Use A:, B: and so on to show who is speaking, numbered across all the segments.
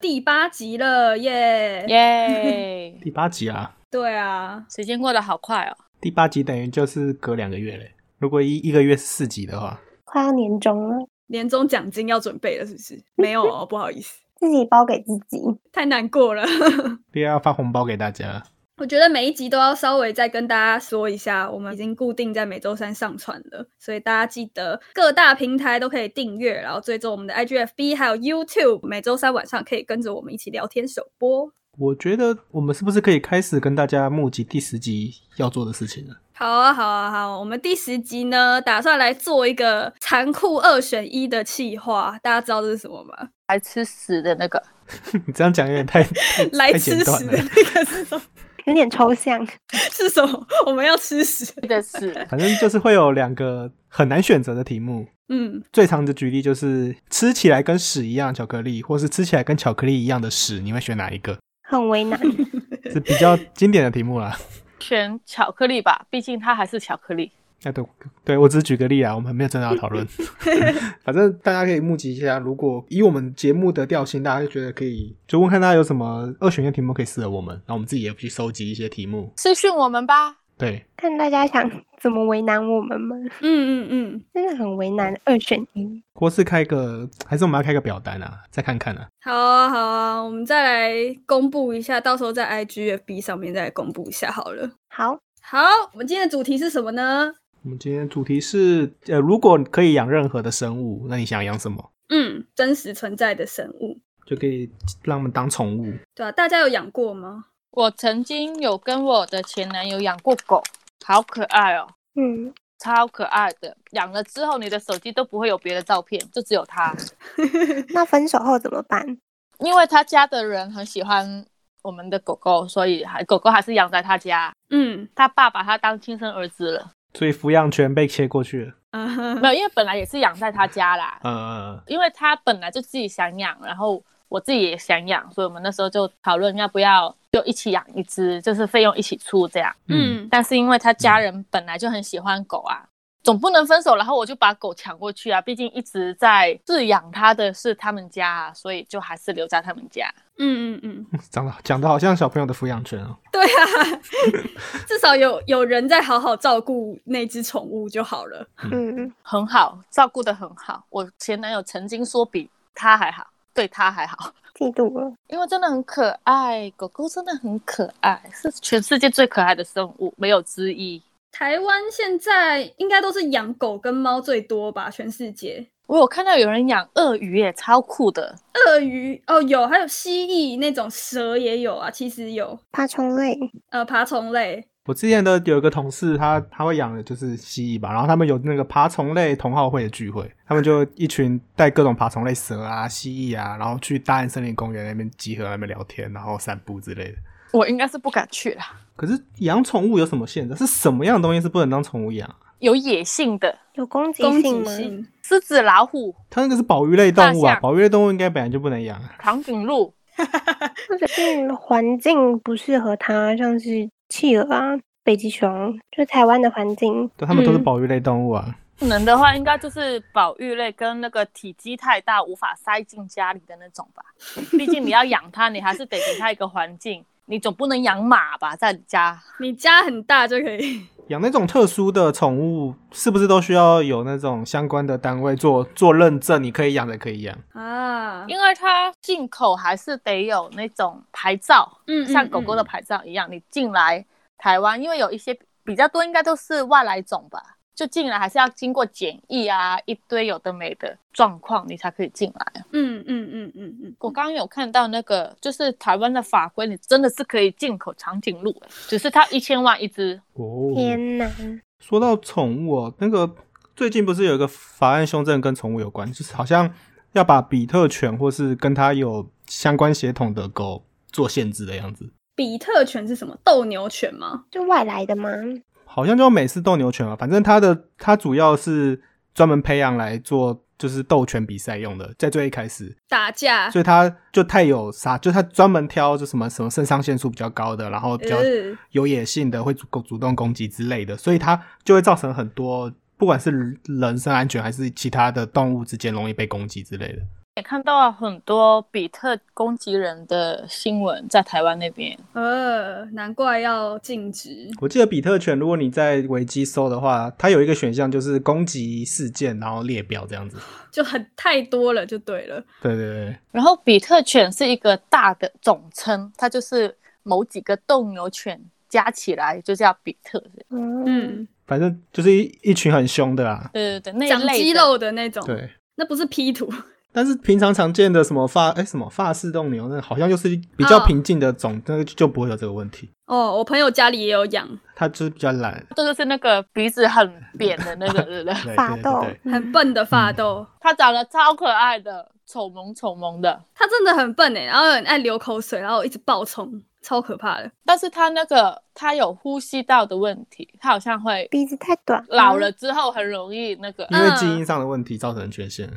A: 第八集了
B: 哎
A: 耶
B: 耶！
C: 第八集啊，
A: 对啊，
B: 时间过得好快哦，
C: 第八集等于就是隔两个月嘞。如果一一个月是四集的话，
D: 快要年终了，
A: 年终奖金要准备了是不是？没有哦，不好意思，
D: 自己包给自己。
A: 太难过了。
C: 莉亚要发红包给大家。
A: 我觉得每一集都要稍微再跟大家说一下，我们已经固定在每周三上传了，所以大家记得各大平台都可以订阅，然后追踪我们的 IGFB 还有 YouTube，每周三晚上可以跟着我们一起聊天首播。
C: 我觉得我们是不是可以开始跟大家募集第十集要做的事情了？
A: 好啊，好啊，好！我们第十集呢，打算来做一个残酷二选一的企划，大家知道这是什么吗？
B: 来吃屎的那个，
C: 你这样讲有点太
A: 来
C: 太
A: 吃
C: 简
A: 屎
C: 短
A: 的
C: 了。，
A: 那个是什么？
D: 有点抽象，
A: 是什么？我们要吃屎。
B: 的屎
C: 反正就是会有两个很难选择的题目。
A: 嗯，
C: 最常的举例就是吃起来跟屎一样的巧克力，或是吃起来跟巧克力一样的屎，你会选哪一个？
D: 很 为难。
C: 是比较经典的题目啦。
B: 选巧克力吧，毕竟它还是巧克力。
C: 那哎对对，我只是举个例啊，我们没有真的要讨论。反正大家可以募集一下，如果以我们节目的调性，大家就觉得可以，就问看大家有什么二选一的题目可以适合我们，然后我们自己也去收集一些题目。
B: 私讯我们吧，
C: 对，
D: 看大家想怎么为难我们吗？
A: 嗯嗯嗯，
D: 真的很为难，二选一。
C: 或是开个，还是我们要开个表单啊，再看看啊。
A: 好啊好啊，我们再来公布一下，到时候在 IGFB 上面再来公布一下好了。
D: 好，
A: 好，我们今天的主题是什么呢？
C: 我们今天主题是，呃，如果可以养任何的生物，那你想养什么？
A: 嗯，真实存在的生物，
C: 就可以让我们当宠物。
A: 对啊，大家有养过吗？
B: 我曾经有跟我的前男友养过狗，好可爱哦，
D: 嗯，
B: 超可爱的。养了之后，你的手机都不会有别的照片，就只有它，
D: 那分手后怎么办？
B: 因为他家的人很喜欢我们的狗狗，所以还狗狗还是养在他家，
A: 嗯，
B: 他爸把他当亲生儿子了。
C: 所以抚养权被切过去了。
A: 啊、
B: 没有，因为本来也是养在他家啦，
C: 呃，
B: 因为他本来就自己想养，然后我自己也想养，所以我们那时候就讨论要不要就一起养一只，就是费用一起出这样。
A: 嗯，
B: 但是因为他家人本来就很喜欢狗啊，总不能分手，然后我就把狗抢过去啊，毕竟一直在饲养它的是他们家、啊，所以就还是留在他们家。
A: 嗯嗯嗯，
C: 讲的讲的好像小朋友的抚养权哦。
A: 对啊， 至少有有人在好好照顾那只宠物就好了。
D: 嗯，
B: 很好，照顾得很好。我前男友曾经说比他还好，对他还好，
D: 嫉妒了。
B: 因为真的很可爱，狗狗真的很可爱，是全世界最可爱的生物，没有之一。
A: 台湾现在应该都是养狗跟猫最多吧，全世界。
B: 我有看到有人养鳄鱼耶，超酷的。
A: 鳄鱼哦有，还有蜥蜴那种蛇也有啊，其实有
D: 爬虫类，
A: 呃爬虫类，
C: 我之前的有一个同事，他他会养的就是蜥蜴吧，然后他们有那个爬虫类同好会的聚会，他们就一群带各种爬虫类蛇啊、蜥蜴啊，然后去大安森林公园那边集合，那边聊天，然后散步之类的。
B: 我应该是不敢去啦。
C: 可是养宠物有什么限制？是什么样的东西是不能当宠物养啊？
B: 有野性的
D: 有攻击
A: 攻击
D: 性吗？
A: 性。
B: 狮子、老虎、
C: 它那个是保育类动物
B: 大
C: 啊，
B: 象
C: 保育类动物应该本来就不能养啊。
B: 长颈鹿，
D: 或者是环境不适合它，像是企鹅啊、北极熊，就台湾的环境。
C: 对，它们都是
A: 嗯
C: 保育类动物啊。
B: 不能的话应该就是保育类跟那个体积太大无法塞进家里的那种 吧。毕竟你要养它，你还是得给它一个环境，你总不能养马吧，在你家。
A: 你家很大就可以，
C: 养那种特殊的宠物，是不是都需要有那种相关的单位做做认证？你可以养的可以养。
A: 啊，
B: 因为它进口还是得有那种牌照，
A: 嗯
B: 像狗狗的，牌照一样，你进来台湾，因为有一些比较多，应该都是外来种吧，就进来还是要经过检疫啊，一堆有的没的状况，你才可以进来。啊
A: 嗯嗯嗯嗯嗯
B: 我刚刚有看到那个，就是台湾的法规，你真的是可以进口长颈鹿、欸，只是它一千万一只，
C: 哦
D: 天哪，
C: 说到宠物哦，那个最近不是有一个法案修正跟宠物有关，就是好像要把比特犬或是跟它有相关血统的狗做限制的样子。
A: 比特犬是什么？斗牛犬吗？
D: 就外来的吗？
C: 好像叫美式斗牛犬吧，反正它的它主要是专门培养来做就是斗拳比赛用的，在最一开始，
A: 打架？
C: 所以它就太有杀，就它专门挑就什么什么肾上腺素比较高的，然后比较
A: 呃
C: 有野性的，会主主动攻击之类的，所以它就会造成很多不管是人身安全还是其他的动物之间容易被攻击之类的。
B: 也看到了很多比特攻击人的新闻，在台湾那边
A: 呃，难怪要禁止。
C: 我记得比特犬，如果你在维基搜的话，它有一个选项就是攻击事件，然后列表这样子。
A: 就很太多了，就对了。
C: 对对对。
B: 然后比特犬是一个大的总称，它就是某几个斗牛犬加起来就叫比特。
D: 嗯，
A: 嗯，
C: 反正就是一一群很凶的啦。
B: 对对对，那一
A: 长
B: 类的
A: 肌肉的那
D: 哦
A: 种，
C: 对，
A: 那不是 P 图，
C: 但是平常常见的什么发哎、什么发式斗牛，那好像就是比较
A: 哦
C: 平静的种，那、就不会有这个问题。
A: 哦，我朋友家里也有养，
C: 它就是比较懒，
B: 这就是那个鼻子很扁的那 个，对不对？
C: 对
D: 法
C: 对
D: 斗
C: 对，
B: 嗯
A: 很笨的发豆，
B: 它长得超可爱的，丑萌丑萌的，
A: 它真的很笨哎，然后很爱流口水，然后一直爆冲，超可怕的。
B: 但是它那个它有呼吸道的问题，它好像会
D: 鼻子太短，
B: 老了之后很容易那个。
A: 嗯
C: 因为
D: 嗯
C: 基因上的问题造成的缺陷。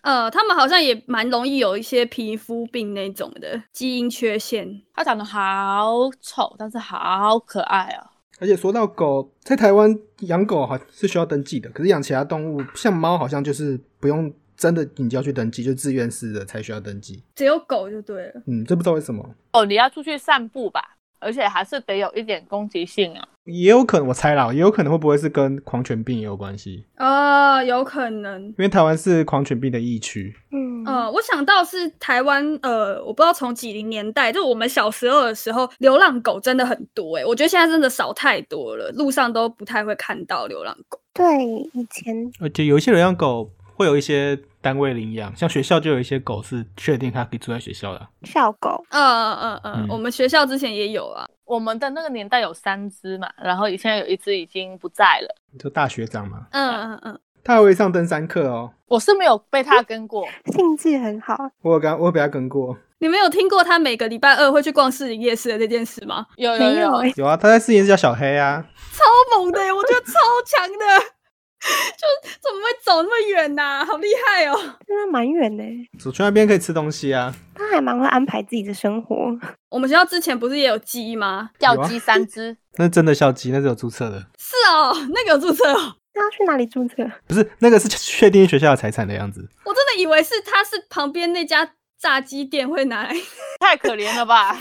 A: 呃，他们好像也蛮容易有一些皮肤病那种的基因缺陷，
B: 它长得好丑，但是好可爱啊！
C: 而且说到狗，在台湾养狗好是需要登记的，可是养其他动物，像猫好像就是不用真的你就要去登记，就自愿式的才需要登记。
A: 只有狗就对了。
C: 嗯，这不知道为什么，
B: 哦，你要出去散步吧，而且还是得有一点攻击性啊。
C: 也有可能我猜啦，也有可能会不会是跟狂犬病也有关系？
A: 啊、有可能。
C: 因为台湾是狂犬病的疫区。
D: 嗯，
A: 呃，我想到是台湾，呃，我不知道从几零年代，就我们小时候的时候，流浪狗真的很多诶、欸我觉得现在真的少太多了，路上都不太会看到流浪狗。
D: 对，以前
C: 而且有一些人养狗会有一些单位领养，像学校就有一些狗是确定它可以住在学校的。
D: 校狗，
A: 呃呃呃
C: 嗯，
A: 我们学校之前也有啊，
B: 我们的那个年代有三只嘛，然后现在有一只已经不在了。
C: 就大学长嘛，
A: 嗯嗯嗯，
C: 他还会上登山课哦，
B: 我是没有被它跟过，
D: 兴致很好，
C: 我有跟他我有被他跟过。
A: 你们有听过他每个礼拜二会去逛市营夜市的这件事吗？
B: 有有
D: 没有哎，
C: 有啊，他在试验室叫小黑啊，
A: 超猛的欸、我觉得超强的， 就怎么会走那么远呐、好厉害哦！
D: 真的蛮远的，
C: 走去那边可以吃东西啊。
D: 他还蛮会安排自己的生活，
A: 我们学校之前不是也有鸡吗？
B: 叫
C: 有啊
B: 鸡三只，
C: 那真的校鸡，那是有注册的，
A: 是哦，那个有注册哦。
D: 那要去哪里注册？
C: 不是那个是确定学校的财产的样子。
A: 我真的以为是他是旁边那家炸鸡店会拿来，我
B: 太可怜了吧？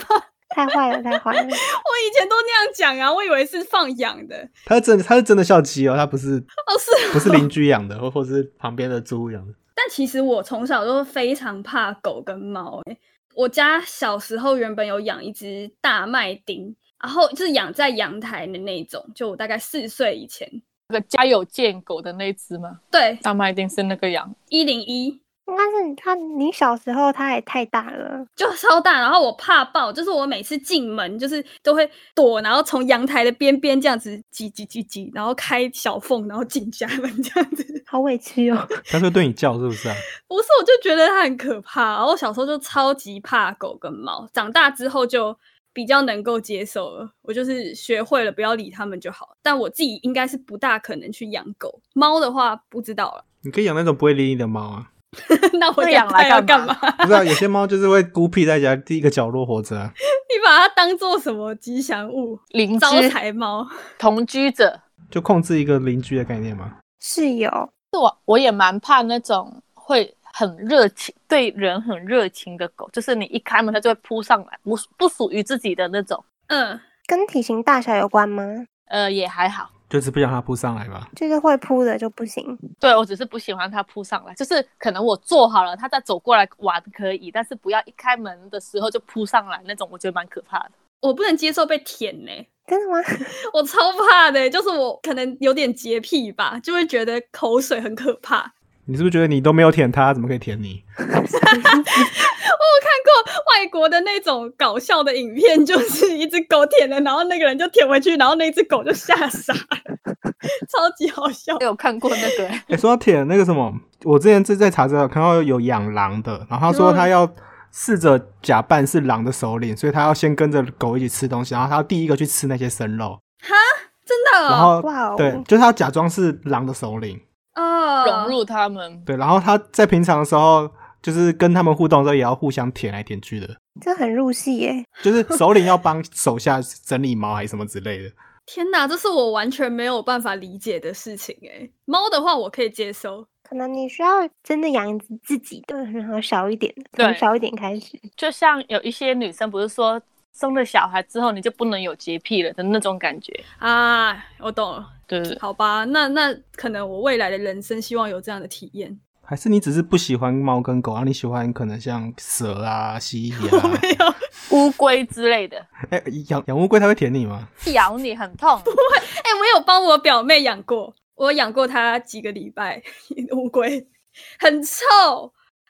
D: 太坏了，太坏了，
A: 以前都那样讲啊，我以为是放养的。
C: 他是真的，他是真的校鸡哦，他不是
A: 哦，是，
C: 不是邻居养的，或或是旁边的猪养的。
A: 但其实我从小都非常怕狗跟猫、欸。我家小时候原本有养一只大麦町，然后就是养在阳台的那一种，就我大概四岁以前，
B: 那个家有贱狗的那只吗？
A: 对，
B: 大麦丁是那个羊，
A: 一零一
D: 应该是他，你小时候他也太大了，
A: 就超大，然后我怕爆，就是我每次进门就是都会躲，然后从阳台的边边这样子挤挤挤挤，然后开小缝，然后进家门这样子。
D: 好委屈哦，
C: 他说对你叫是不是啊？
A: 不是，我就觉得它很可怕。然后我小时候就超级怕狗跟猫，长大之后就比较能够接受了。我就是学会了不要理它们就好。但我自己应该是不大可能去养狗，猫的话不知道了。
C: 你可以养那种不会理你的猫啊，
A: 那我
B: 那
A: 养
B: 养来
A: 它要
B: 干
A: 干嘛
B: 嘛？
C: 不知道、有些猫就是会孤僻在家第一个角落活着啊。
A: 你把它当做什么吉祥物？
B: 邻居
A: 招财猫？
B: 同居者。
C: 就控制一个邻居的概念嘛。
D: 室友，
B: 是我我也蛮怕那种会很热情，对人很热情的狗，就是你一开门它就会扑上来，不不属于自己的那种。
A: 嗯，
D: 跟体型大小有关吗？
B: 呃，也还好。
C: 就是不想它扑上来嘛。
D: 就是会扑的就不行，
B: 对我只是不喜欢它扑上来，就是可能我做好了，它再走过来玩可以，但是不要一开门的时候就扑上来那种，我觉得蛮可怕的。
A: 我不能接受被舔呢、
D: 真的吗？
A: 我超怕的、就是我可能有点洁癖吧，就会觉得口水很可怕。
C: 你是不是觉得你都没有舔它，怎么可以舔你？
A: 我有看过外国的那种搞笑的影片， 就是一只狗舔了，然后那个人就舔回去，然后那只狗就吓傻了， 超级好笑
B: 我。有看过那个、
D: 嗯
C: 哎、说到舔那个什么，我之前是在查资料看到有养狼的，然后他说他要试着假扮是狼的首领，所以他要先跟着狗一起吃东西，然后他要第一个去吃那些生肉，
A: 真的
C: 然
A: 哦，
C: 后
D: 哇哦，
C: 对，就是他要假装是狼的首领，
A: 哦，
B: 融入他们，
C: 对，然后他在平常的时候就是跟他们互动的时候也要互相舔来舔去的，
D: 这很入戏耶。
C: 就是首领要帮手下整理毛还是什么之类的，
A: 天哪，这是我完全没有办法理解的事情哎。猫的话我可以接受，
D: 可能你需要真的养一只自己的，然后少一点的，从
B: 对
D: 少一点开始。
B: 就像有一些女生不是说生了小孩之后你就不能有洁癖了的那种感觉，
A: 啊，我懂了。
B: 对对对
A: 好吧，那那可能我未来的人生希望有这样的体验。
C: 还是你只是不喜欢猫跟狗，然后你喜欢可能像蛇啊、蜥蜴
A: 我
C: 啊？
A: 没有，
B: 乌龟之类的，
C: 哎、养养乌龟它会舔你吗？
B: 一咬你很痛，
A: 哎、我有帮我表妹养过，我养过她几个礼拜 乌龟，很臭，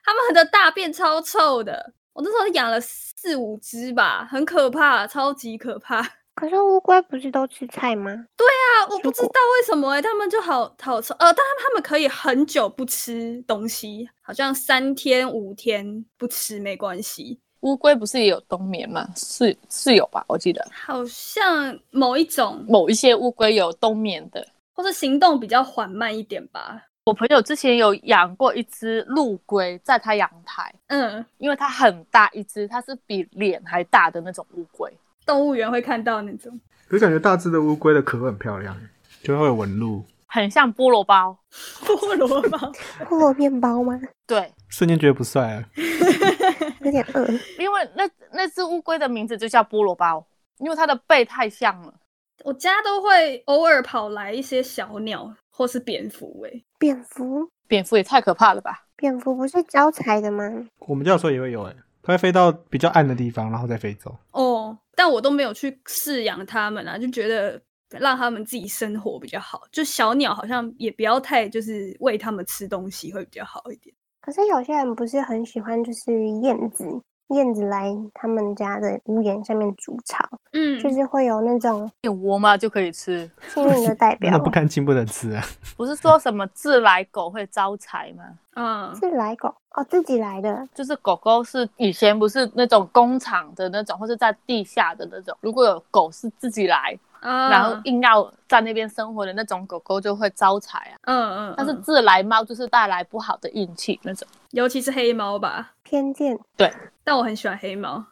A: 它们的大便超臭的。我那时候养了四五只吧，很可怕，超级可怕。
D: 可是乌龟不是都吃菜吗？
A: 啊，我不
D: 如
A: 知
D: 果
A: 道为什么哎、欸，他们就好好臭，呃，但他们可以很久不吃东西，好像三天五天不吃没关系。
B: 乌龟不是也有冬眠吗？是是有吧？我记得
A: 好像某一种，
B: 某一些乌龟有冬眠的。
A: 或者行动比较缓慢一点吧。
B: 我朋友之前有养过一只陆龟，在他阳台，
A: 嗯，
B: 因为它很大一只，它是比脸还大的那种乌龟。
A: 动物园会看到那种。
C: 可是感觉大只的乌龟的壳很漂亮，就会有纹路，
B: 很像菠萝包。
A: 菠萝吗？
D: 菠萝面包吗？
B: 对，
C: 瞬间觉得不帅啊了。
D: 有点饿。
B: 因为那那只乌龟的名字就叫菠萝包，因为它的背太像了。
A: 我家都会偶尔跑来一些小鸟或是蝙蝠、欸，
D: 蝙蝠，
B: 蝙蝠也太可怕了吧！
D: 蝙蝠不是招财的吗？
C: 我们家有时候也会有、欸，它会飞到比较暗的地方，然后再飞走。
A: 哦，但我都没有去饲养它们啊，就觉得让它们自己生活比较好。就小鸟好像也不要太就是喂它们吃东西会比较好一点。
D: 可是有些人不是很喜欢，就是燕子，燕子来他们家的屋檐下面筑巢，
A: 嗯
D: 就是会有那种
B: 燕窝嘛就可以吃，
D: 幸运的代
C: 那
D: 表
C: 不干净不能吃啊！
B: 不是说什么自来狗会招财吗？
A: 嗯，
D: 自来狗哦，自己来的，
B: 就是狗狗是以前不是那种工厂的那种，或是在地下的那种。如果有狗是自己来，
A: 啊
B: 然后硬要在那边生活的那种狗狗就会招财啊。
A: 嗯嗯，
B: 但是
A: 嗯
B: 自来猫就是带来不好的运气那种。
A: 尤其是黑猫吧，
D: 偏见
A: 但我很喜欢黑猫。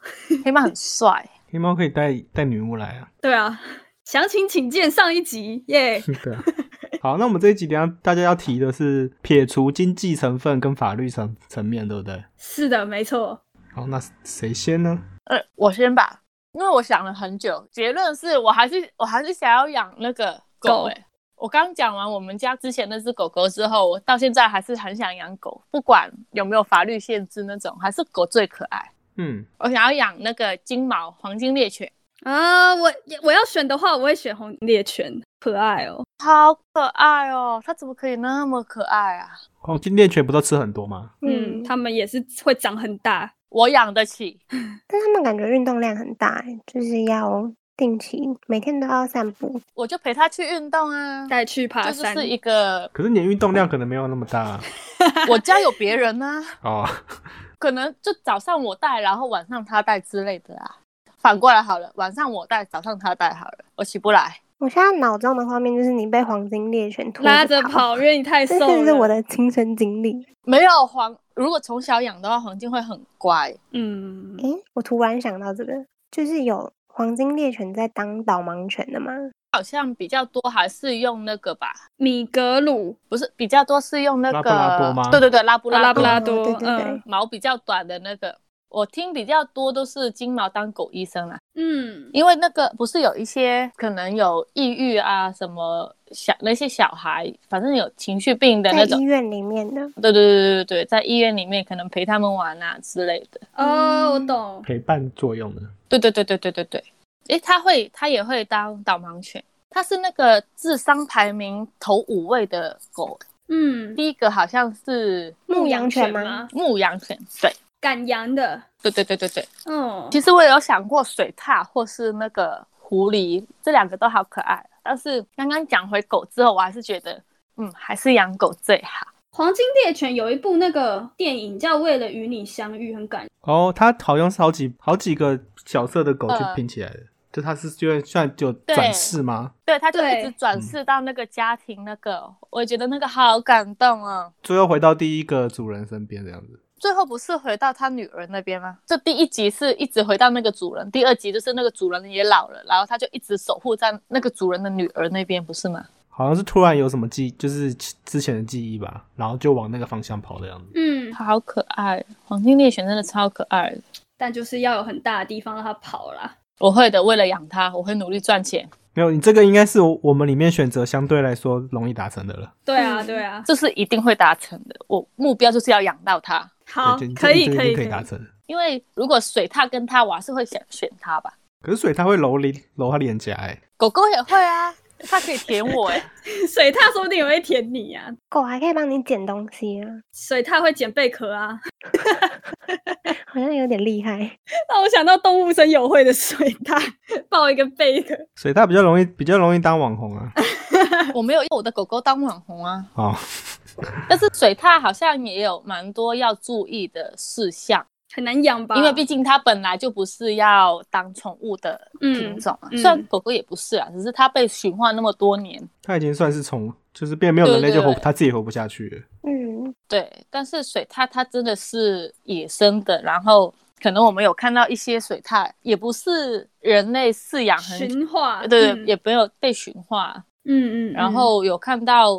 B: 黑猫很帅，
C: 黑猫可以带带女巫来啊。
A: 对啊，详情请见上一集 耶。
C: 对啊。 好，那我们这一集等一下大家要提的是撇除经济成分跟法律层层面，对不对？
A: 是的，没错。
C: 好，那谁先呢？
B: 呃，我先吧，因为我想了很久，结论是我还是我还是想要养那个
A: 狗
B: 狗、欸。我刚讲完我们家之前那只狗狗之后，我到现在还是很想养狗，不管有没有法律限制那种，还是狗最可爱。
C: 嗯，
B: 我想要养那个金毛黄金猎犬，
A: 啊，我我要选的话，我会选红猎犬，可爱哦。
B: 好可爱哦！它怎么可以那么可爱啊？
C: 黄哦金猎犬不都吃很多吗？
A: 嗯，它们也是会长很大，
B: 我养得起，
D: 但他们感觉运动量很大欸，就是要定期每天都要散步。
B: 我就陪它去运动啊。
A: 带去爬
B: 这就
A: 山。
B: 是一个，
C: 可是你的运动量可能没有那么大啊、
B: 我家有别人啊。
C: 哦。
B: 可能就早上我带，然后晚上他带之类的啊。反过来好了，晚上我带，早上他带好了，我起不来。
D: 我现在脑中的画面就是你被黄金猎犬拖
A: 拉着
D: 着
A: 跑，因为你太瘦
D: 这
A: 了。
D: 是我的亲身经历。
B: 没有黄，如果从小养的话，黄金会很乖。
A: 嗯，
D: 诶，我突然想到这个，就是有黄金猎犬在当导盲犬的吗？
B: 好像比较多还是用那个吧，
A: 米格鲁、
B: 不是比较多是用那个
C: 拉布拉多吗哦
B: 对对对，拉布
A: 拉拉布拉
B: 多
A: 多，
D: 哦对对对
A: 嗯
B: 毛比较短的那个。我听比较多都是金毛当狗医生啊，
A: 嗯，
B: 因为那个不是有一些可能有抑郁啊什么小那些小孩，反正有情绪病的
D: 在
B: 那种
D: 医，院里面的，
B: 对对对对对，在医院里面可能陪他们玩啊之类的。
A: 哦，我懂，
C: 陪伴作用的。
B: 对对对对对对对，诶，他会，他也会当导盲犬，他是那个智商排名头五位的狗，
A: 嗯，
B: 第一个好像是
D: 牧
A: 羊
D: 羊犬吗
A: 吗？
B: 牧羊犬，对
A: 赶羊的，
B: 对对对对对。
A: 嗯，
B: 其实我有想过水獭或是那个狐狸，这两个都好可爱，但是刚刚讲回狗之后，我还是觉得，嗯，还是养狗最好。
A: 黄金猎犬有一部那个电影叫《为了与你相遇》，很感
C: 哦，它好像是好几好几个角色的狗去
B: 呃
C: 拼起来的，就它是就算就
B: 对
C: 转世吗？
B: 对，他就一
A: 对
B: 直转世到那个家庭那个，我也觉得那个好感动哦。
C: 最后回到第一个主人身边这样子。
B: 最后不是回到他女儿那边吗？就第一集是一直回到那个主人，第二集就是那个主人也老了，然后他就一直守护在那个主人的女儿那边，不是吗？
C: 好像是突然有什么记，就是之前的记忆吧，然后就往那个方向跑的样子。
A: 嗯，
B: 好可爱，黄金猎犬真的超可爱的。
A: 但就是要有很大的地方让它跑啦。
B: 我会的，为了养它，我会努力赚钱。
C: 没有，你这个应该是我们里面选择相对来说容易达成的了。
A: 对啊，
D: 嗯
A: 对啊，
B: 这是一定会达成的。我目标就是要养到它，
A: 好
C: 对，就
A: 可以
C: 这个一定
A: 可以
C: 可以达成。
B: 因为如果水獭跟它，我还是会想选它吧。
C: 可是水它会揉脸揉它脸颊、欸，
B: 狗狗也会啊，它可以舔我哎、
A: 水獭说不定也会舔你啊，
D: 狗还可以帮你捡东西啊，
A: 水獭会捡贝壳啊，
D: 好像有点厉害。
A: 让我想到动物森友会的水獭抱一个贝壳，
C: 水它比较容易比较容易当网 红啊。
B: 我没有用我的狗狗当网红 啊，
C: 哦，
B: 但是水獭好像也有蛮多要注意的事项，
A: 很难养吧？
B: 因为毕竟它本来就不是要当宠物的品种啊。
A: 嗯嗯
B: 虽然狗狗也不是啊，只是它被驯化那么多年，
C: 它已经算是宠，就是变没有人类就活
B: 对对对
C: 它自己活不下去了。
D: 嗯，
B: 对，但是水獭它真的是野生的，然后可能我们有看到一些水獭也不是人类饲养很久，
A: 驯化，
B: 对，
A: 嗯
B: 也没有被驯化。
A: 嗯嗯，
B: 然
A: 嗯
B: 后有看到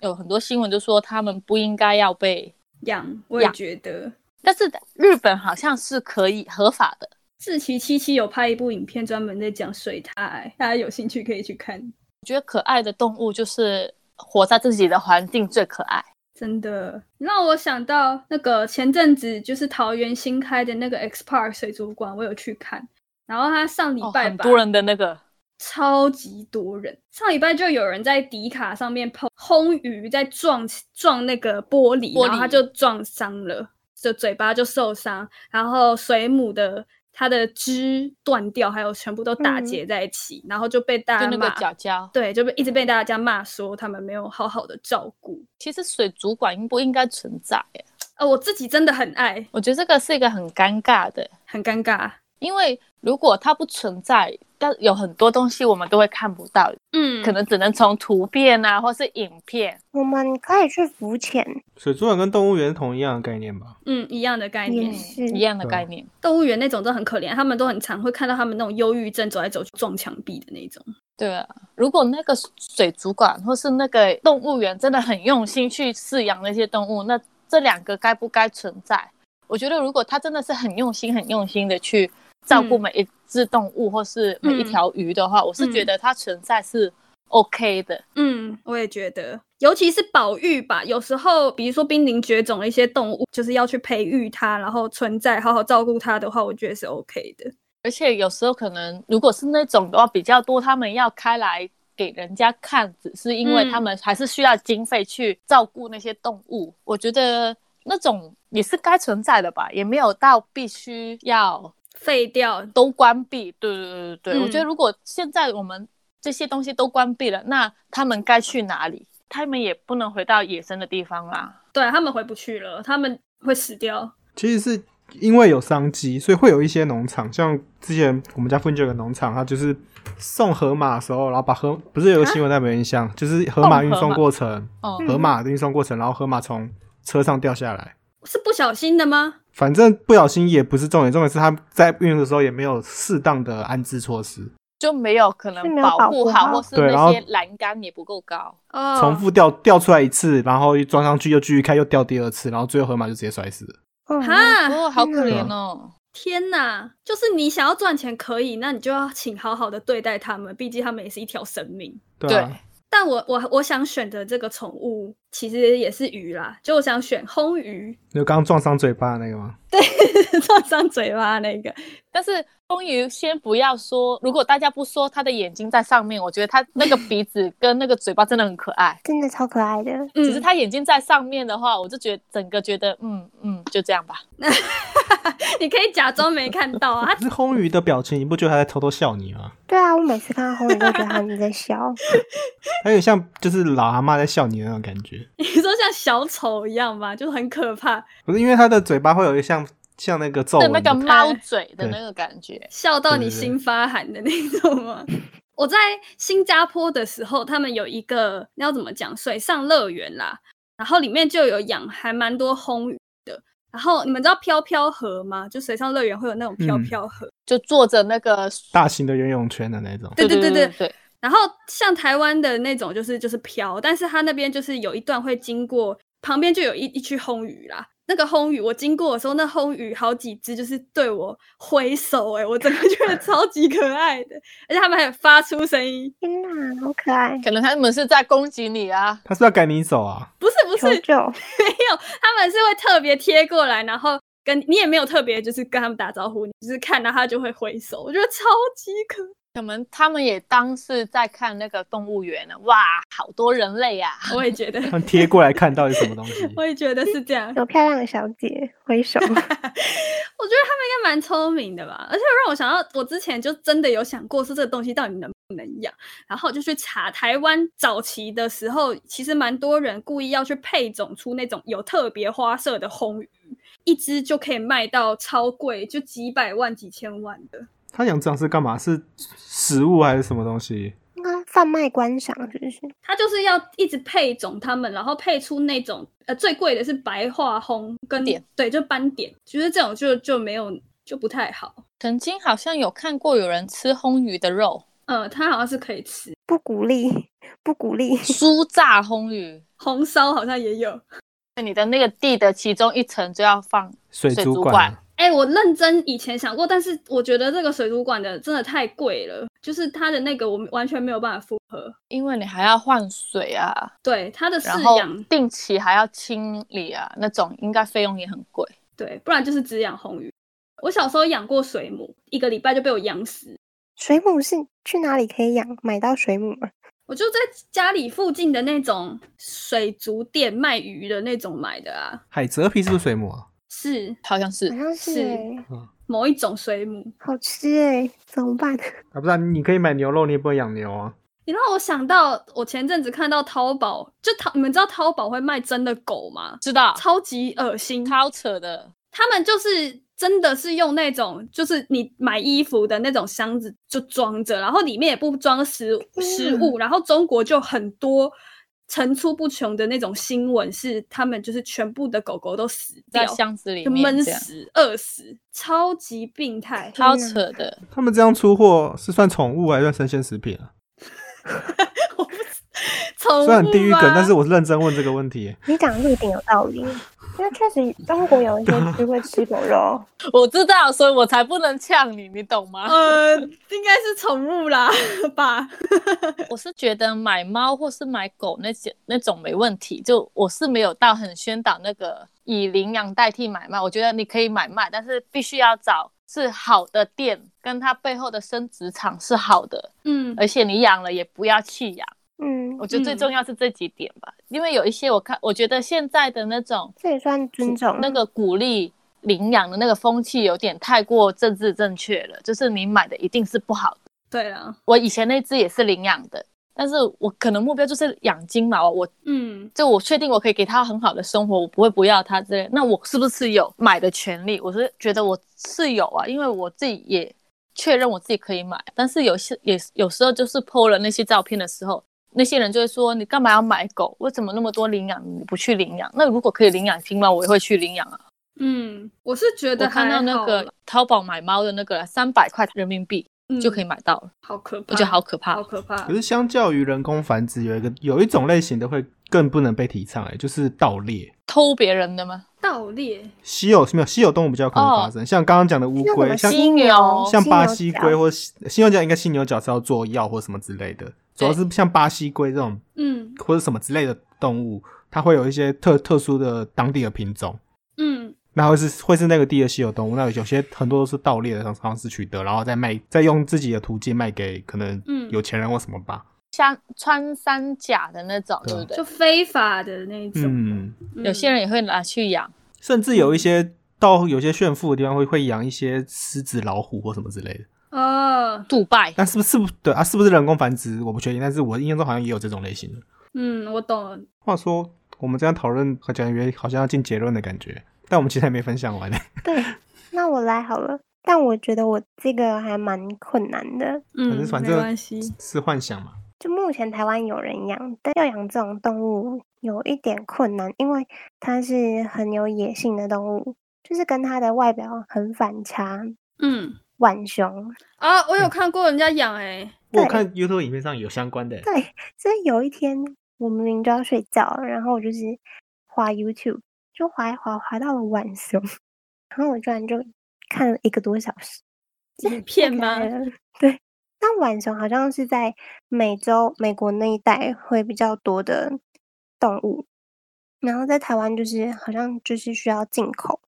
B: 有很多新闻就说他们不应该要被，
A: 养，我也
B: 养
A: 觉得。
B: 但是日本好像是可以合法的。
A: 志奇七七有拍一部影片，专门在讲水獭、欸，大家有兴趣可以去看。
B: 我觉得可爱的动物就是活在自己的环境最可爱。
A: 真的你让我想到那个前阵子就是桃园新开的那个 X Park 水族馆，我有去看。然后他上礼
B: 哦，
A: 拜
B: 很
A: 吧，
B: 多人的那个，
A: 超级多人。上礼拜就有人在迪卡上面抛轰鱼，在撞撞那个玻璃，
B: 玻璃
A: 然后他就撞伤了，就嘴巴就受伤，然后水母的它的肢断掉，还有全部都打
D: 嗯
A: 结在一起，然后就被大
B: 就
A: 家
B: 那
A: 骂
B: 个角角。
A: 对，就被一直被大家骂说他们没有好好的照顾。
B: 其实水族馆应不应该存在欸？
A: 呃，我自己真的很爱，
B: 我觉得这个是一个很尴尬的，
A: 很尴尬。
B: 因为如果它不存在，但有很多东西我们都会看不到，
A: 嗯，
B: 可能只能从图片啊，或是影片。
D: 我们可以去浮潜，
C: 水族馆跟动物园是同一样的概念吧？
A: 嗯一样的概念。
D: 也是
B: 嗯一样的
C: 对
B: 概念。
A: 动物园那种真的很可怜，他们都很常会看到他们那种忧郁症走来走去撞墙壁的那种。
B: 对啊，如果那个水族馆或是那个动物园真的很用心去饲养那些动物，那这两个该不该存在？我觉得如果他真的是很用心、很用心的去照顾
A: 嗯
B: 每一只动物或是每一条鱼的话，我是觉
A: 嗯
B: 得它存在是 OK 的。
A: 嗯，我也觉得，尤其是保育吧，有时候比如说濒临绝种的一些动物，就是要去培育它，然后存在，好好照顾它的话，我觉得是 OK 的。
B: 而且有时候可能如果是那种的话比较多，他们要开来给人家看，只是因为
A: 嗯
B: 他们还是需要经费去照顾那些动物。我觉得那种也是该存在的吧，也没有到必须要
A: 废掉，
B: 都关闭。对对对对对，
A: 嗯
B: 我觉得如果现在我们这些东西都关闭了，那他们该去哪里？他们也不能回到野生的地方啊啦。
A: 对他们回不去了，他们会死掉。
C: 其实是因为有商机，所以会有一些农场，像之前我们家附近就有个农场，它就是送河马的时候，然后把河不是有个新闻在没印象，就是
B: 送
C: 河马
B: 河马
C: 运送过程，
B: 哦、
D: 嗯
C: 河马的运送过程，然后河马从车上掉下来。
A: 是不小心的吗？
C: 反正不小心也不是重点，重点是它在运的时候也没有适当的安置措施，
B: 就没有可
D: 是
B: 能
D: 没有保护
B: 护
D: 好
B: 好，或是
C: 对然后
B: 那些栏杆也不够高。
A: 哦，
C: 重复掉掉出来一次，然后一装上去又继续开，又掉第二次，然后最后河马就直接摔死了。
D: 哦，。
A: 哈，
B: 哦，好可
C: 对
B: 怜
C: 啊
B: 哦。
A: 天哪！就是你想要赚钱可以，那你就要请好好的对待他们，毕竟他们也是一条生命。
C: 对啊，
A: 但我我我想选的这个宠物其实也是鱼啦，就我想选红鱼，
C: 就刚刚撞伤嘴巴的那个吗？
A: 撞伤嘴巴那个。
B: 但是风鱼先不要说，如果大家不说他的眼睛在上面，我觉得他那个鼻子跟那个嘴巴真的很可爱
D: 真的超可爱的。
A: 嗯
B: 只是他眼睛在上面的话，我就觉得整个觉得嗯嗯就这样吧。
A: 你可以假装没看到啊。
C: 可是红鱼的表情，你不觉得他在偷偷笑你吗？
D: 对啊，我每次看到红宇都觉得他们在笑，
C: 还有像就是老阿妈在笑你的那种感觉。
A: 你说像小丑一样吧，就是很可怕，
C: 可是因为他的嘴巴会有一像像那个皱
B: 对
C: 纹
B: 那
C: 的，
B: 个猫嘴的
C: 对
B: 那个感觉，
A: 笑到你
C: 对对对
A: 心发寒的那种吗？ 我在新加坡的时候，他们有一个要怎么讲水上乐园啦，然后里面就有养还蛮多红鱼的。然后你们知道飘飘河吗？就水上乐园会有那种飘
C: 嗯
A: 飘河。
B: 就坐着那个，
C: 大型的游泳圈的那种。
A: 对
B: 对
A: 对对
B: 对
A: 对然后像台湾的那种就是就是漂，但是它那边就是有一段会经过，旁边就有一一区红鱼啦。那个红鱼，我经过的时候，那红鱼好几只就是对我挥手、欸，我真的 觉得超级可爱的，而且它们还有发出声音，
D: 天哪，好可爱！
B: 可能他们是在攻击你啊，
C: 他是要赶你走啊？
A: 不是不是
D: 求救，
A: 没有，他们是会特别贴过来，然后跟你也没有特别就是跟他们打招呼，你就是看到它就会挥手，我觉得超级可
B: 可能他们也当是在看那个动物园呢，哇，好多人类呀、
A: 爱，我也觉得，
C: 他们贴过来看到底什么东西？
A: 我也觉得是这样。
D: 有漂亮的小姐挥 手，
A: 我觉得他们应该蛮聪明的吧，而且让我想到，我之前就真的有想过，说这个东西到底能不能养，然后我就去查台湾早期的时候，其实蛮多人故意要去配种出那种有特别花色的红鱼，一只就可以卖到超贵，就几百万、几千万的。
C: 他养这样是干嘛？是食物还是什么东西？
D: 应该贩卖观赏是不是？
A: 它就是要一直配种它们，然后配出那种呃最贵的是白化红跟
B: 点，
A: 对，就斑点，其实这种就就没有就不太好。
B: 曾经好像有看过有人吃烘鱼的肉，
A: 呃，它好像是可以吃，
D: 不鼓励，不鼓励。
B: 酥炸烘鱼，
A: 红烧好像也有。
B: 你的那个地的其中一层就要放
C: 水
B: 水
C: 族
B: 族
C: 馆
B: 馆
C: 啊。
A: 哎、我认真以前想过，但是我觉得这个水族馆的真的太贵了，就是它的那个我完全没有办法符合。
B: 因为你还要换水啊，
A: 对它的
B: 然
A: 饲
B: 后
A: 养，
B: 定期还要清理啊，那种应该费用也很贵。
A: 对，不然就是只养红鱼。我小时候养过水母，一个礼拜就被我养死。
D: 水母是去哪里可以养？买到水母吗？
A: 我就在家里附近的那种水族店卖鱼的那种买的啊，
C: 海蜇皮是不是水母啊？
A: 是
B: 好像是
D: 好像是
A: 是
D: 欸，
A: 某一种水母。
D: 好吃哎，怎么办？
C: 啊，不是、啊，你可以买牛肉，你也不能养牛啊。
A: 你让我想到，我前阵子看到淘宝，就淘，你们知道淘宝会卖真的狗吗？
B: 知道，
A: 超级恶心，
B: 超扯的，
A: 他们就是真的是用那种，就是你买衣服的那种箱子就装着，然后里面也不装食食
B: 嗯
A: 物，然后中国就很多层出不穷的那种新闻，是他们就是全部的狗狗都死
B: 在
A: 掉，
B: 箱子里
A: 就闷
B: 面这样，
A: 死、饿死，超级病态。
B: 超扯的。
C: 他们这样出货是算宠物还是算生鲜食品啊？
A: 我不知宠物
C: 虽然地狱梗，
A: 啊
C: 但是我是认真问这个问题。
D: 你讲的不一定有道理，因为确实中国有一些区会吃狗肉，
B: 我知道，所以我才不能呛你，你懂吗？
A: 呃，应该是宠物啦吧？
B: 我是觉得买猫或是买狗那些那种没问题，就我是没有到很宣导那个以领养代替买卖。我觉得你可以买卖，但是必须要找是好的店，跟它背后的生殖场是好的，
A: 嗯，
B: 而且你养了也不要弃养。
D: 嗯，
B: 我觉得最
A: 嗯
B: 重要是这几点吧，因为有一些我看，我觉得现在的那种
D: 这也算尊重。
B: 那个鼓励领养的那个风气有点太过政治正确了，就是你买的一定是不好的。
A: 对了，
B: 我以前那只也是领养的，但是我可能目标就是养金毛，我
A: 嗯，
B: 就我确定我可以给它很好的生活，我不会不要它之类。那我是不是有买的权利？我是觉得我是有啊，因为我自己也确认我自己可以买。但是有些也有时候就是 PO 了那些照片的时候，那些人就会说你干嘛要买狗？为什么那么多领养你不去领养？那如果可以领养金毛，我也会去领养啊。
A: 嗯，我是觉
B: 我
A: 得
B: 看到
A: 还
B: 那
A: 好
B: 个
A: 啦
B: 淘宝买猫的那个三百块人民币就可以
A: 嗯
B: 买到了，
A: 好可怕，
B: 我觉得好可怕
A: 好。可怕
C: 可。是相较于人工繁殖，有一个有一种类型的会更不能被提倡、哎，就是盗猎。
B: 偷别人的吗？
A: 盗猎，
C: 稀有没有稀有动物比较可能发
A: 哦
C: 生，像刚刚讲的乌
D: 那
C: 龟，
D: 种
C: 像
B: 犀牛
C: 像巴
D: 犀
C: 西
D: 牛
C: 龟
D: 角
C: 或犀犀牛角，应该犀牛角是要做药或什么之类的，主要是像巴西龟这种
A: 嗯
C: 或者什么之类的动物，它会有一些特特殊的当地的品种，
A: 嗯，
C: 那会是会是那个地的稀有动物，那有些很多都是盗猎的方方式取得，然后再卖，再用自己的途径卖给可能
A: 嗯
C: 有钱人或什么吧。
B: 像穿山甲的那种，
C: 对
B: 对
C: 啊
B: 不对
A: 就？非法的那种，
C: 嗯，
A: 嗯
B: 有些人也会拿去养。
C: 甚至有一些到有些炫富的地方会会养一些狮子、老虎或什么之类的。
A: 哦，
B: 杜拜，
C: 但是不是不对啊？是不是人工繁殖我不确定，但是我印象中好像也有这种类型的。
A: 嗯，我懂了。
C: 话说，我们这样讨论和讲约好像要进结论的感觉，但我们其实还没分享完。
D: 对，那我来好了。但我觉得我这个还蛮困难的。
C: 反
A: 嗯
C: 正，反
A: 没关
C: 正
A: 系。
C: 是幻想嘛。
D: 就目前台湾有人养，但要养这种动物有一点困难，因为它是很有野性的动物，就是跟它的外表很反差。
A: 嗯，
D: 浣熊，
A: 啊，我有看过人家养哎、
D: 对
C: 我看 YouTube 影片上有相关的，
D: 对，所以有一天我明明就要睡觉，然后我就是滑 YouTube，就滑一滑滑到了浣熊，然后我居然就看了一个多小时。
A: 影片
D: 大
A: 吗？
D: 概？对，那浣熊好像是在美洲、美国那一带会比较多的动物，然后在台湾就是好像就是需要进口。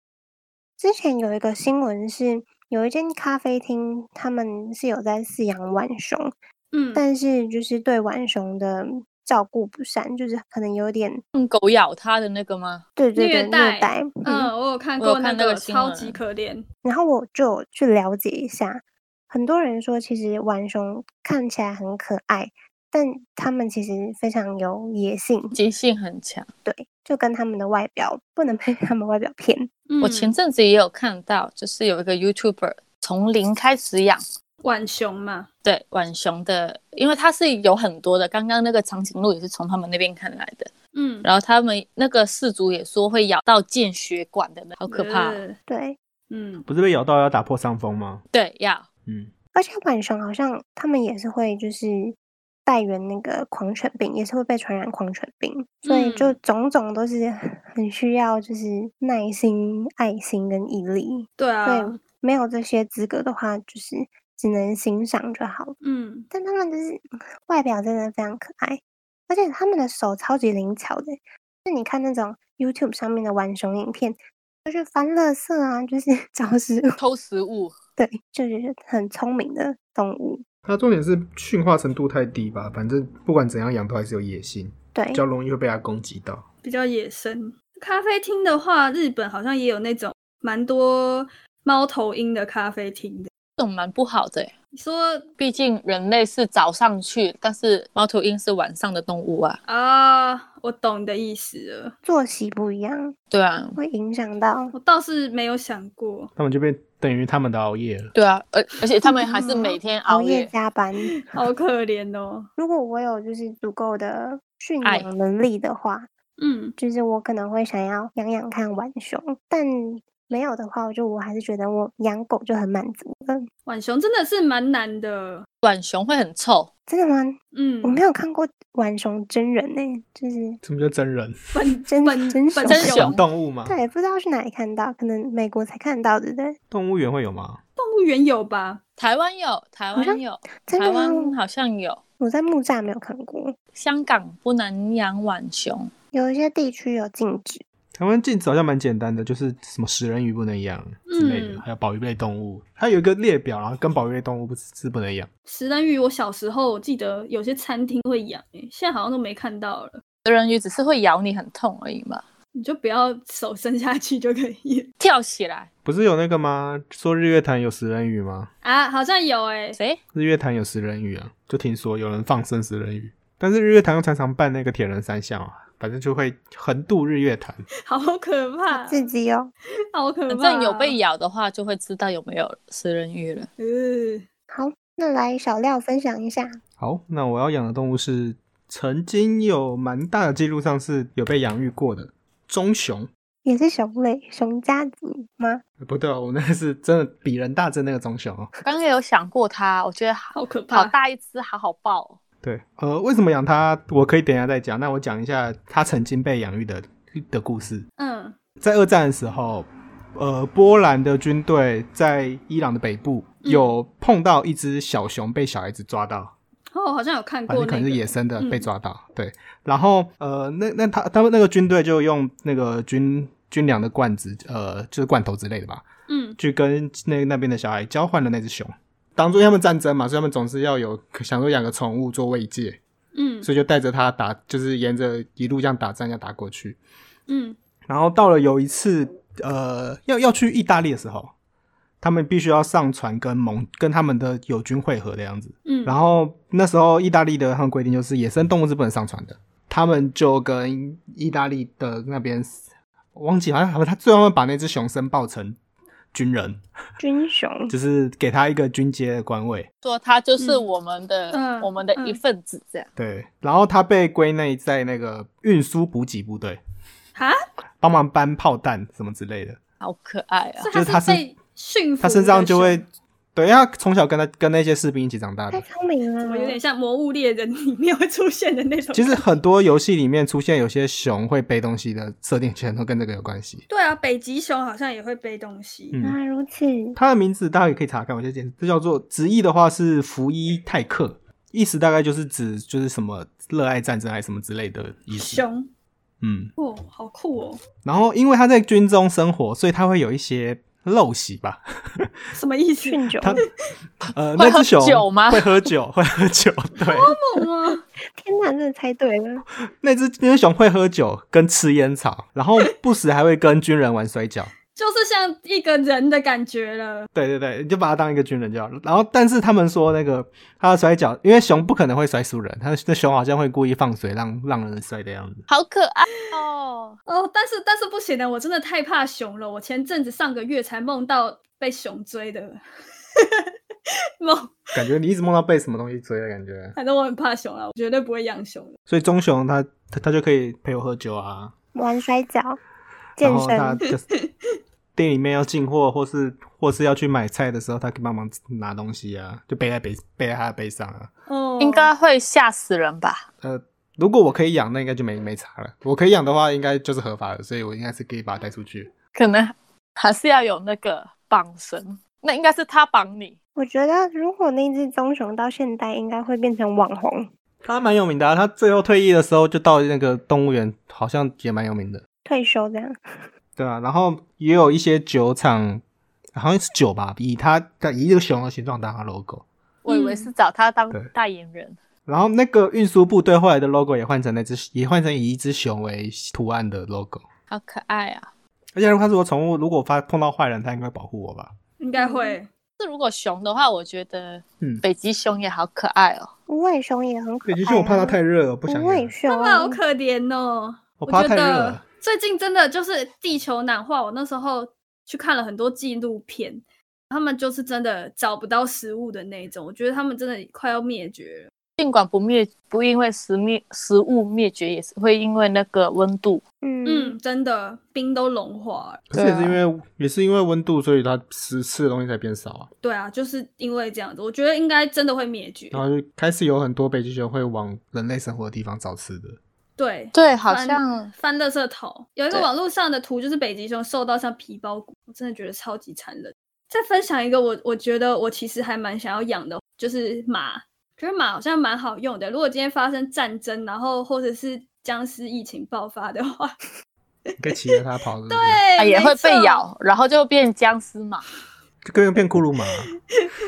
D: 之前有一个新闻是，有一间咖啡厅，他们是有在饲养浣熊，
A: 嗯，
D: 但是就是对浣熊的照顾不善，就是可能有点
B: 用狗咬它的那个吗？
D: 对对
A: 虐
D: 对虐
A: 待
D: 待，
A: 嗯，我有看
B: 我有
A: 过那
B: 看那
A: 个
B: 个新
A: 超
B: 闻
A: 级可怜，
D: 然后我就有去了解一下，很多人说其实浣熊看起来很可爱，但它们其实非常有野性，
B: 急性很强。
D: 对，就跟它们的外表不能被它们外表骗。
B: 我
A: 嗯
B: 前阵子也有看到，就是有一个 YouTuber 从零开始养
A: 浣熊嘛，
B: 对浣熊的，因为它是有很多的，刚刚那个长颈鹿也是从他们那边看来的，
A: 嗯，
B: 然后他们那个氏族也说会咬到进血管的，好可怕哦、
A: 呃
D: 对，
A: 嗯，
C: 不是被咬到要打破伤风吗？
B: 对，要
C: 嗯，
D: 而且浣熊好像它们也是会就是带源那个狂犬病，也是会被传染狂犬病，所以就
A: 嗯
D: 种种都是很需要就是耐心、爱心跟毅力。
A: 对啊
D: 对，，没有这些资格的话，就是只能欣赏就好。
A: 嗯，
D: 但他们就是 外表真的非常可爱，而且他们的手超级灵巧的。就你看那种 YouTube 上面的玩熊影片，就是翻垃圾啊，就是 找食物，
B: 偷食物，
D: 对，就是很聪明的动物。
C: 它重点是驯化程度太低吧，反正不管怎样养都还是有野心，
D: 对
C: 比，较容易会被它攻击到。
A: 比较野生。咖啡厅的话，日本好像也有那种蛮多猫头鹰的咖啡厅的。
B: 这种蛮不好的欸。
A: 你说
B: 毕竟人类是早上去，但是猫头鹰是晚上的动物啊。
A: 啊，我懂你的意思了。
D: 作息不一样
B: 对啊，
D: 会影响到。
A: 我倒是没有想过，
C: 他们就变等于他们的熬夜了。
B: 对啊，而而且他们还是每天 熬
D: 夜
B: 夜。
D: 加班，
A: 好可怜哦。
D: 如果我有就是足够的驯
B: 爱
D: 养能力的话，
A: 嗯，
D: 就是我可能会想要养养看浣熊，但没有的话，我就我还是觉得我养狗就很满足了。
A: 浣熊真的是蛮难的。
B: 浣熊会很臭，
D: 真的吗？
A: 嗯
D: 我，没有看过浣熊真人呢、就是
C: 什么叫真人？
B: 嗯
A: 本
D: 真
A: 本
D: 真
A: 本
B: 真
A: 熊
B: 熊
C: 动物吗？
D: 啊对，不知道去哪里看到，可能美国才看到，对不对？
C: 动物园会有吗？
A: 动物园有吧？
B: 台湾有，台
D: 好像
B: 湾有，
D: 真
B: 台
D: 的
B: 湾
D: 吗？
B: 好像有，
D: 我在木栅没有看过，
B: 香港不能养浣熊，
D: 有一些地区有禁止。
C: 台湾禁止好像蛮简单的，就是什么食人鱼不能养之类的，
A: 嗯
C: 还有保育类动物，它有一个列表，然后跟保育类动物不是是不能养。
A: 食人鱼，我小时候我记得有些餐厅会养、欸，现在好像都没看到了。
B: 食人鱼只是会咬你很痛而已嘛，
A: 你就不要手伸下去就可以
B: 跳起来，
C: 不是有那个吗？说日月潭有食人鱼吗？
A: 啊，好像有哎、
B: 谁？
C: 日月潭有食人鱼啊，就听说有人放生食人鱼，但是日月潭又常常办那个铁人三项啊，反正就会横渡日月潭。
A: 好可怕，
B: 啊
D: 自己哦，
A: 好可怕哦，
B: 反正有被咬的话，就会知道有没有食人鱼了。
A: 呃，
D: 好，那来小廖分享一下。
C: 好，那我要养的动物是曾经有蛮大的记录上是有被养育过的棕熊。
D: 也是熊类，熊家族吗？
C: 呃不对、哦，我那个是真的比人大只的那个棕熊哦。
B: 我刚刚也有想过它，我觉得好
A: 好可
B: 好
A: 怕，
B: 大一只，好好抱、哦。
C: 对，呃，为什么养它？我可以等一下再讲。那我讲一下它曾经被养育的的故事。
A: 嗯
C: 在二战的时候，呃，波兰的军队在伊朗的北部
A: 嗯
C: 有碰到一只小熊被小孩子抓到，
A: 哦，好像有看
C: 反
A: 过
C: 正
A: 那
C: 可能
A: 个
C: 是野生的
A: 嗯
C: 被抓到，对。然后呃，那那他他们那个军队就用那个军军粮的罐子，呃，就是罐头之类的吧，
A: 嗯
C: 去跟那那边的小孩交换了那只熊，当做他们战争嘛，所以他们总是要有想说养个宠物做慰藉，
A: 嗯
C: 所以就带着它打，就是沿着一路这样打仗，这样打过去。
A: 嗯
C: 然后到了有一次，呃要要去意大利的时候，他们必须要上船跟盟跟他们的友军会合的样子。
A: 嗯，
C: 然后那时候意大利的他们规定就是野生动物是不能上船的，他们就跟意大利的那边我忘记好像他们他最后把那只熊申报成军人，
D: 军熊
C: 就是给他一个军阶的官位。
B: 说他就是
A: 嗯
B: 我们的、
A: 嗯
B: 我们的一
A: 嗯
B: 份子这样。
C: 对，然后他被归类在那个运输补给部队，
A: 哈，
C: 帮忙搬炮弹什么之类的。
B: 好可爱啊！
A: 所以
C: 就是他
A: 是
C: 是
A: 被驯服，
C: 他身上就会，对，因为他从小跟他跟那些士兵一起长大
D: 太
C: 的。
D: 聪明了，
A: 我有点像《魔物猎人》里面会出现的那种。
C: 其实很多游戏里面出现有些熊会背东西的设定，全都跟这个有关系。
A: 对啊，北极熊好像也会背东西。
C: 嗯
D: 原来如此，
C: 它的名字大家也可以查看，我先解释，这叫做直译的话是福伊泰克，意思大概就是指就是什么热爱战争还是什么之类的意思。
A: 熊
C: 嗯，
A: 哦，好酷哦！
C: 然后因为他在军中生活，所以他会有一些陋习吧。
A: 什么意思？
D: 训酒，
C: 他呃，
B: 会
C: 那
B: 喝
C: 只熊
B: 酒吗
C: 会喝酒，会喝酒。对，
A: 哦，
D: 天哪，真的猜对了，
C: 那只那只熊会喝酒跟吃烟草，然后不时还会跟军人玩摔跤。
A: 就是像一个人的感觉了。
C: 对对对，你就把它当一个军人就好了。然后，但是他们说那个他的摔跤，因为熊不可能会摔死人，他那熊好像会故意放水让让人摔的样子。
B: 好可爱哦！
A: 哦，但是但是不行的，我真的太怕熊了。我前阵子上个月才梦到被熊追的 梦，
C: 感觉你一直梦到被什么东西追的感觉。
A: 反正我很怕熊啊，我绝对不会养熊的。
C: 所以棕熊它它它就可以陪我喝酒啊，
D: 玩摔跤、健
C: 然后它
D: 身，
C: 就是 店里面要进货或是或是要去买菜的时候，它可以帮忙拿东西啊，就背在背背在它的背上啊。
A: 哦，
B: 应该会吓死人吧？
C: 呃，如果我可以养，那应该就没没差了。我可以养的话，应该就是合法的，所以我应该是可以把它带出去。
B: 可能还是要有那个绑绳，那应该是他绑你。
D: 我觉得如果那只棕熊到现代，应该会变成网红，
C: 他蛮有名的、啊，他最后退役的时候就到那个动物园，好像也蛮有名的，
D: 退休这样。
C: 对啊，然后也有一些酒厂，好像是酒吧，以它以这个熊的形状当它 logo。
B: 我以为是找他当
C: 对
B: 代言人，
C: 然后那个运输部队后来的 logo 也换成那只，也换成以一只熊为图案的 logo。
B: 好可爱啊！
C: 而且如果它是我宠物，如果发碰到坏人，它应该会保护我吧？
A: 应该会。
B: 是如果熊的话，我觉得
C: 嗯
B: 北极熊也好可爱哦。
D: 无尾熊也很可爱、啊，
C: 热了，不
D: 无尾熊
A: 他们好可怜哦。我
C: 我怕
A: 觉
C: 太热
A: 得
C: 了。
A: 最近真的就是地球暖化，我那时候去看了很多纪录片，他们就是真的找不到食物的那一种，我觉得他们真的快要灭绝了。
B: 尽管不灭，不因为食灭食物灭绝，也是会因为那个温度。
D: 嗯，
A: 嗯，真的冰都融化了。
C: 可是也是因为、
A: 啊
C: 也是因为温度，所以它吃吃的东西才变少啊。
A: 对啊，就是因为这样子，我觉得应该真的会灭绝。
C: 然后就开始有很多北极熊会往人类生活的地方找吃 的。
A: 对，
B: 对，好
A: 翻
B: 像
A: 翻垃圾桶，有一个
B: 对
A: 网络上的图，就是北极熊瘦到像皮包骨，我真的觉得超级残忍。再分享一个我，我觉得我其实还蛮想要养的，就是马。觉得马好像蛮好用的，如果今天发生战争，然后或者是僵尸疫情爆发的 话，
C: 你可以骑着它跑，是不是？
A: 对，
B: 它哎也会被
A: 没错，
B: 咬，然后就变僵尸嘛。
C: 就跟变骷髅 马。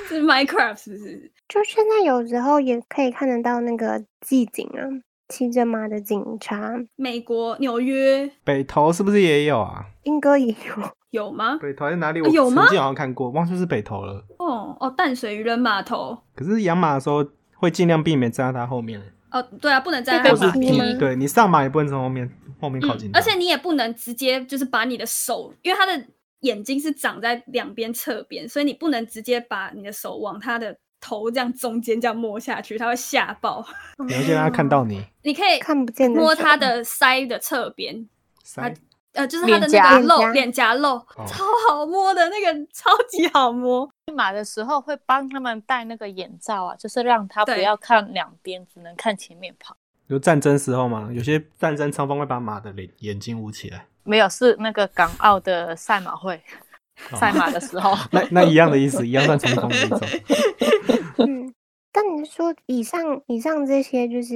A: 是 Minecraft 是不是？
D: 就现在有时候也可以看得到那个骑警啊，骑着马的警察，
A: 美国纽约
C: 北投是不是也有啊？
D: 英哥也有。
A: 有吗？
C: 北投在哪里？
A: 啊
C: 我
A: 有
C: 曾
A: 吗
C: 经好像看过，忘记是北投了。
A: 哦哦，淡水渔人码头。
C: 可是养马的时候会尽量避免站在它后面，
A: 哦，对啊，不能站
B: 被
A: 在
C: 或
B: 马
C: 是
A: 马
D: 踢
A: 边
D: 吗
C: 你对你上马也不能从后面后面靠近
A: 嗯，
C: 它、
A: 而且你也不能直接就是把你的手，因为它的眼睛是长在两边侧边，所以你不能直接把你的手往它的头这样中间这样摸下去，它会吓爆。
C: 你要先让它看到你。
A: 你可 以
D: 看不见的
A: 摸
D: 手啊
A: 它的腮的侧边，
C: 塞哦
A: 呃，就是它的
B: 脸
A: 那
B: 颊
A: 个肉
D: 脸颊
A: 脸颊肉，超好摸的那 个，超级好摸。
B: 马的时候会帮他们戴那个眼罩啊，就是让他不
A: 对
B: 要看两边，只能看前面跑。
C: 有战争时候嘛，有些战争双方会把马的脸眼睛捂起来。
B: 没有，是那个港澳的赛马会，
C: 哦
B: 赛马的时候，
C: 那那一样的意思，一样算冲锋一种。
D: 嗯，但你说以上以上这些，就是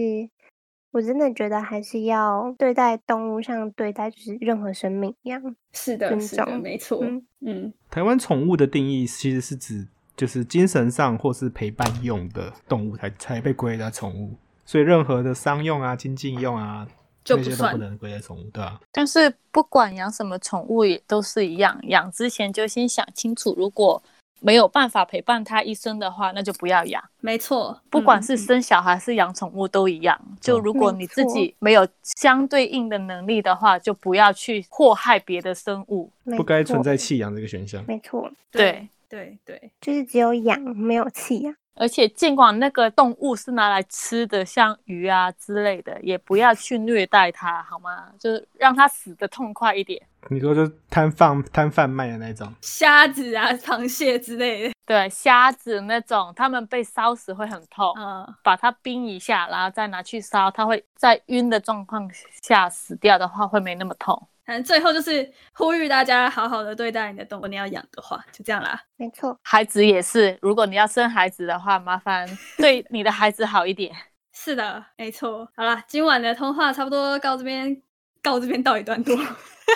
D: 我真的觉得还是要对待动物像对待就是任何生命一样。
A: 是的，
D: 尊
A: 是的，
D: 重
A: 没错，
D: 嗯
A: 嗯，
C: 台湾宠物的定义其实是指就是精神上或是陪伴用的动物才才被归类在宠物，所以任何的商用啊、经济用啊
A: 就
C: 那
A: 不
C: 些都
A: 算
C: 不能归类宠物，对吧、啊
B: 但是不管养什么宠物也都是一样，养之前就先想清楚，如果没有办法陪伴它一生的话，那就不要养。
A: 没错，
B: 不管
A: 嗯
B: 是生小孩是养宠物都一样，就如果你自己没有相对应的能力的话，就不要去祸害别的生物。
D: 没
C: 不该
D: 错
C: 存在弃养这个选项。
D: 没错，
A: 对对对，
D: 就是只有养没有弃养，
B: 而且尽管那个动物是拿来吃的，像鱼啊之类的，也不要去虐待它，好吗？就是让它死的痛快一点。
C: 你说就是摊贩摊贩卖的 那种，
A: 虾子啊、螃蟹之类的
B: 对，虾子那种，它们被烧死会很痛，
A: 啊、
B: 把它冰一下，然后再拿去烧，它会在晕的状况下死掉的话，会没那么痛。
A: 反正最后就是呼吁大家好好的对待你的动物，你要养的话就这样啦。
D: 没错，
B: 孩子也是，如果你要生孩子的话，麻烦对你的孩子好一点。
A: 是的，没错。好啦，今晚的通话差不多到这边，告这边到一段落，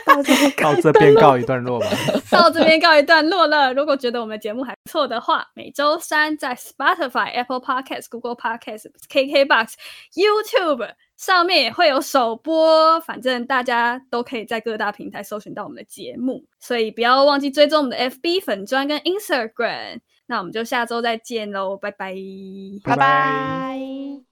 D: 到这个
C: 到这边告一段 落吧。
A: 到这边告一段落了。如果觉得我们的节目还不错的话，每周三在 Spotify、Apple Podcast、Google Podcast、KKBox、YouTube 上面也会有首播，反正大家都可以在各大平台搜寻到我们的节目，所以不要忘记追踪我们的 FB 粉砖跟 Instagram。那我们就下周再见喽，拜拜。
C: 拜拜
D: 拜。